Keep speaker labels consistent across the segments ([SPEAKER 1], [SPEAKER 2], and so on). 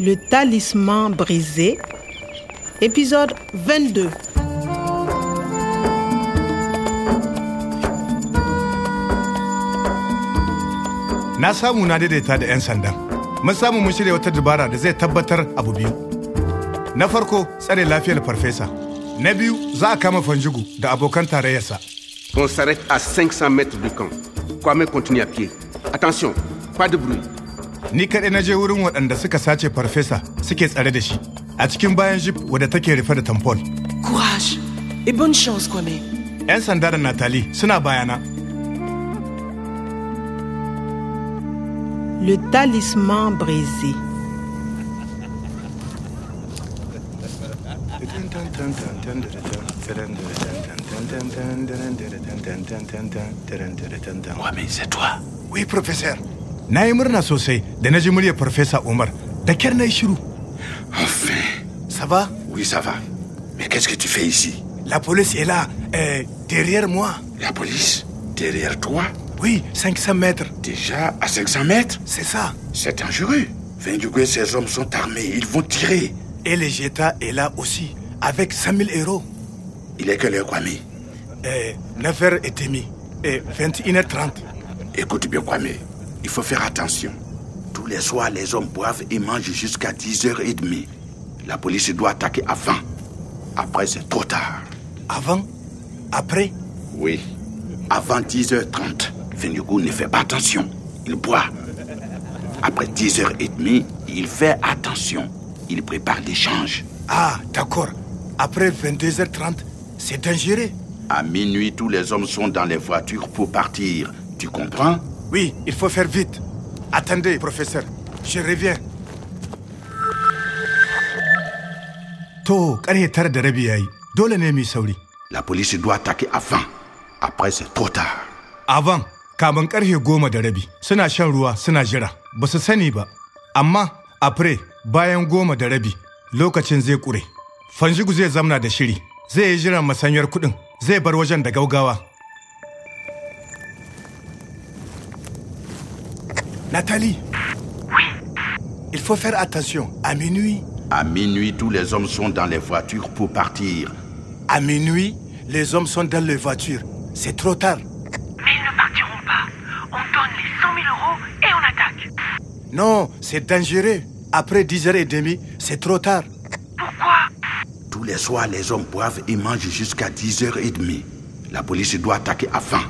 [SPEAKER 1] Le talisman brisé, épisode 22.
[SPEAKER 2] Na samu na daidaita da 'yan sanda. Mun samu mun shirya wata dabara da zai tabbatar abu biyu. Na farko tsare lafiyar farfesa. Na biyu za a kama fanjigo da abokan tarayyarsa.
[SPEAKER 3] On s'arrête à 500 mètres du camp. Kwame continue à pied. Attention, pas de bruit.
[SPEAKER 2] Ni kaɗai na je wurin waɗanda suka sace farfesa suke tsare da shi. A cikin bayan jip wadda take rufe da tampon.
[SPEAKER 4] Courage et bonne chance, Kwame.
[SPEAKER 2] 'Yan sanda da Natali suna bayana.
[SPEAKER 1] Le talisman brisé.
[SPEAKER 5] mais c'est toi.
[SPEAKER 2] Oui, professeur. Na yi murna sosai da na ji muryar farfesa Umar. Da kyar na yi shiru.
[SPEAKER 5] Enfin.
[SPEAKER 2] Ça va?
[SPEAKER 5] Oui, ça va. Mais qu'est-ce que tu fais ici
[SPEAKER 2] La police est là, euh, derrière moi.
[SPEAKER 5] La police Derrière toi
[SPEAKER 2] Oui, 500 mètres,
[SPEAKER 5] Déjà à 500 mètres
[SPEAKER 2] c'est ça.
[SPEAKER 5] C'est dangereux. Vendugo et ses hommes sont armés. Ils vont tirer.
[SPEAKER 2] Et le Jeta est là aussi, avec 5000 euros.
[SPEAKER 5] Il est que l'heure, Kwame.
[SPEAKER 2] Euh, 9h30 et 21h30.
[SPEAKER 5] Écoute bien, Kwame. Il faut faire attention. Tous les soirs, les hommes boivent et mangent jusqu'à 10h30. La police doit attaquer avant. Après, c'est trop tard.
[SPEAKER 2] Avant, après,
[SPEAKER 5] Oui. Avant 10h30, Fenugu ne fait pas attention. Il boit. Après 10h30, il fait attention. Il prépare l'échange.
[SPEAKER 2] ah, d'accord. Après 22h30, c'est dangereux.
[SPEAKER 5] À minuit, tous les hommes sont dans les voitures pour partir. Tu comprends
[SPEAKER 2] Oui, il faut faire vite. Attendez, professeur, je reviens. To, ƙarfe tara da rabi yayi. Dole ne mu sauri.
[SPEAKER 5] La police doit attaquer avant. Après, c'est trop tard.
[SPEAKER 2] Avan, kamin karfe goma da rabi suna shan ruwa suna jira, ba su sani ba. Amma, apre bayan goma da rabi lokacin zai kure. Fanjigu zai zamna da shiri, zai yi jiran masanyar kuɗin, zai bar wajen da gaugawa. Nathalie, il faut faire attention. À minuit,
[SPEAKER 5] À minuit, tous les hommes sont dans les voitures pour partir.
[SPEAKER 2] à minuit, les hommes sont dans les voitures. C'est trop tard.
[SPEAKER 6] Mais ils ne partiront pas. On donne les 100 000 euros et on attaque.
[SPEAKER 2] Non, c'est dangereux. Après 10h30, c'est trop tard.
[SPEAKER 6] Pourquoi
[SPEAKER 5] Tous les soirs, les hommes boivent et mangent jusqu'à 10h30. La police doit attaquer avant.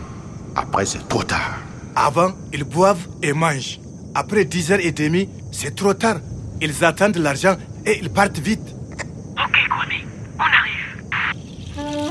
[SPEAKER 5] Après, c'est trop tard.
[SPEAKER 2] Avant, ils boivent et mangent. Après 10h30, c'est trop tard. Ils attendent l'argent et ils partent vite.
[SPEAKER 6] Ok, Kwame, on arrive.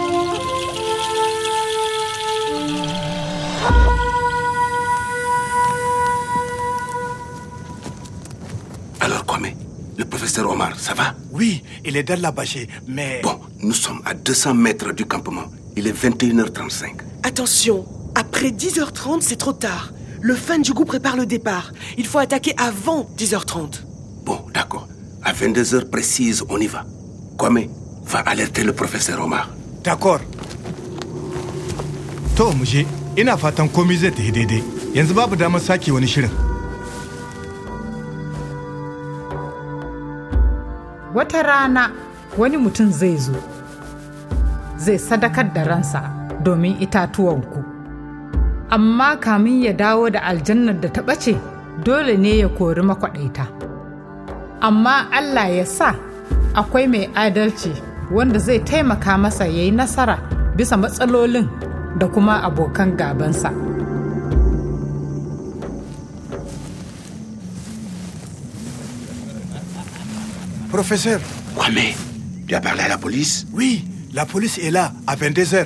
[SPEAKER 7] Alors Kwame, le professeur Omar, ça va
[SPEAKER 2] Oui, il est dans la bâchée, mais...
[SPEAKER 7] Bon, nous sommes à 200 mètres du campement. Il est 21h35.
[SPEAKER 4] Attention, après 10h30, c'est trop tard. Le fan du goût prépare le départ. Il faut attaquer avant 10h30.
[SPEAKER 7] Bon, d'accord. À 22h précise, on y va. Kwame, va alerter le professeur Omar.
[SPEAKER 2] D'accord. To, mu je. Ina fatan komai zai tafi daidai. Yanzu babu damar sake wani shirin.
[SPEAKER 8] Wata rana wani mutum zai zo, zai sadakar da ransa domin itatuwanku. Amma kamin ya dawo da aljannar da ta ɓace, dole ne ya kori makwaɗaita. Amma Allah ya sa akwai mai adalci wanda zai taimaka masa ya yi nasara bisa matsalolin da kuma abokan gabansa.
[SPEAKER 2] Professeur,
[SPEAKER 5] Kwame, tu as parlé à la police
[SPEAKER 2] oui, la police est là à 22h.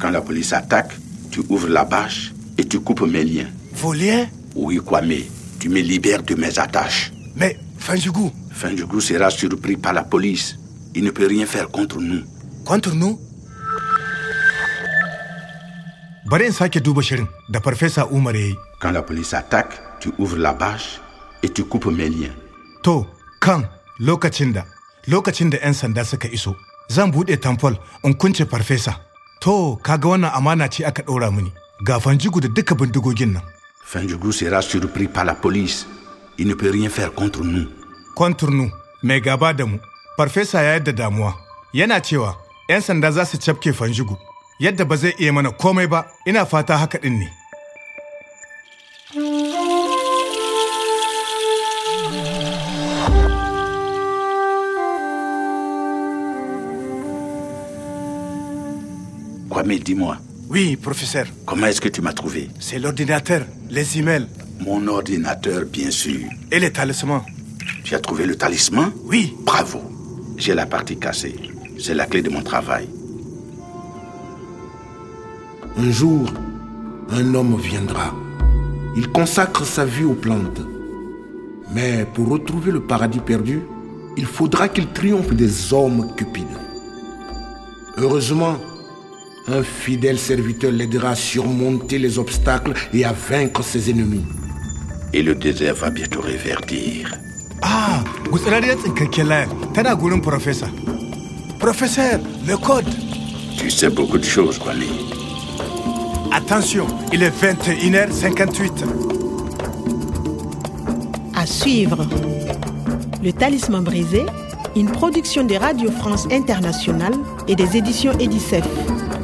[SPEAKER 5] Quand la police attaque, tu ouvres la bâche et tu coupes mes liens.
[SPEAKER 2] Vos liens
[SPEAKER 5] Oui, Kwame, tu me libères de mes attaches.
[SPEAKER 2] Mais, Fanjugu,
[SPEAKER 5] Fendjougou sera surpris par la police. Il ne peut rien faire contre nous.
[SPEAKER 2] contre nous Bari in sake duba shirin da Farfesa Umar ya yi.
[SPEAKER 5] Quand la police attaque, tu ouvres la bâche et tu coupes mes liens.
[SPEAKER 2] To, kan lokacin da, lokacin da 'yan sanda suka iso, zan buɗe tamfol in kunce farfesa. To, kaga wannan amana ce aka ɗora mini, gafan jigu da duka bindigogin nan.
[SPEAKER 5] Fendjougou sera surpris par la police. Il ne peut rien faire contre nous.
[SPEAKER 2] konturnu mai gaba da mu farfesa ya yadda damuwa yana cewa 'yan sanda za su cafke fanjigu yadda ba zai iya mana komai ba ina fata haka ɗin ne
[SPEAKER 5] Kwame, dis-moi,
[SPEAKER 2] oui professeur
[SPEAKER 5] comment est-ce que tu m'as trouvé
[SPEAKER 2] c'est l'ordinateur les emails
[SPEAKER 5] Mon ordinateur, bien sûr.
[SPEAKER 2] et les talismans
[SPEAKER 5] Tu as trouvé le talisman
[SPEAKER 2] oui
[SPEAKER 5] Bravo. J'ai la partie cassée. C'est la clé de mon travail.
[SPEAKER 9] Un jour, un homme viendra. Il consacre sa vie aux plantes. Mais pour retrouver le paradis perdu, il faudra qu'il triomphe des hommes cupides. Heureusement, un fidèle serviteur l'aidera à surmonter les obstacles et à vaincre ses ennemis.
[SPEAKER 5] Et le désert va bientôt réverdir.
[SPEAKER 2] ah gutsirariyar tsinkakken layar tana gurin professor professeur le code
[SPEAKER 5] Tu sais beaucoup de choses, Kwame.
[SPEAKER 2] attention il est 21h58
[SPEAKER 1] À suivre. Le Talisman brisé, une production de Radio France Internationale et des éditions Edicef.